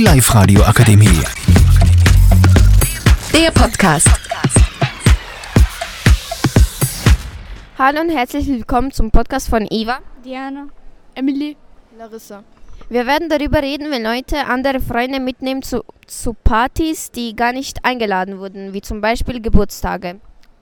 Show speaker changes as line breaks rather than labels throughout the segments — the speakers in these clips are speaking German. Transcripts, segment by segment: Live Radio Akademie.
Der Podcast.
Hallo und herzlich willkommen zum Podcast von Eva.
Diana,
Emily,
Larissa.
Wir werden darüber reden, wenn Leute andere Freunde mitnehmen zu, zu Partys, die gar nicht eingeladen wurden, wie zum Beispiel Geburtstage.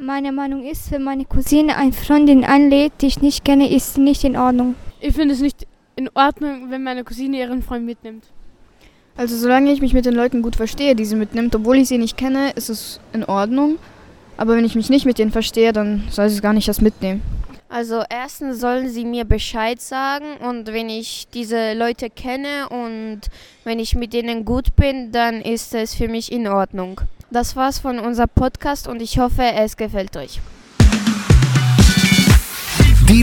Meine Meinung ist, wenn meine Cousine eine Freundin einlädt, die ich nicht kenne, ist nicht in Ordnung.
ich finde es nicht in Ordnung, wenn meine Cousine ihren Freund mitnimmt.
Also solange ich mich mit den Leuten gut verstehe, die sie mitnimmt, obwohl ich sie nicht kenne, ist es in Ordnung. Aber wenn ich mich nicht mit denen verstehe, dann soll sie es gar nicht erst mitnehmen.
Also erstens sollen sie mir Bescheid sagen und wenn ich diese Leute kenne und wenn ich mit denen gut bin, dann ist es für mich in Ordnung. Das war's von unserem Podcast und ich hoffe, es gefällt euch.
Die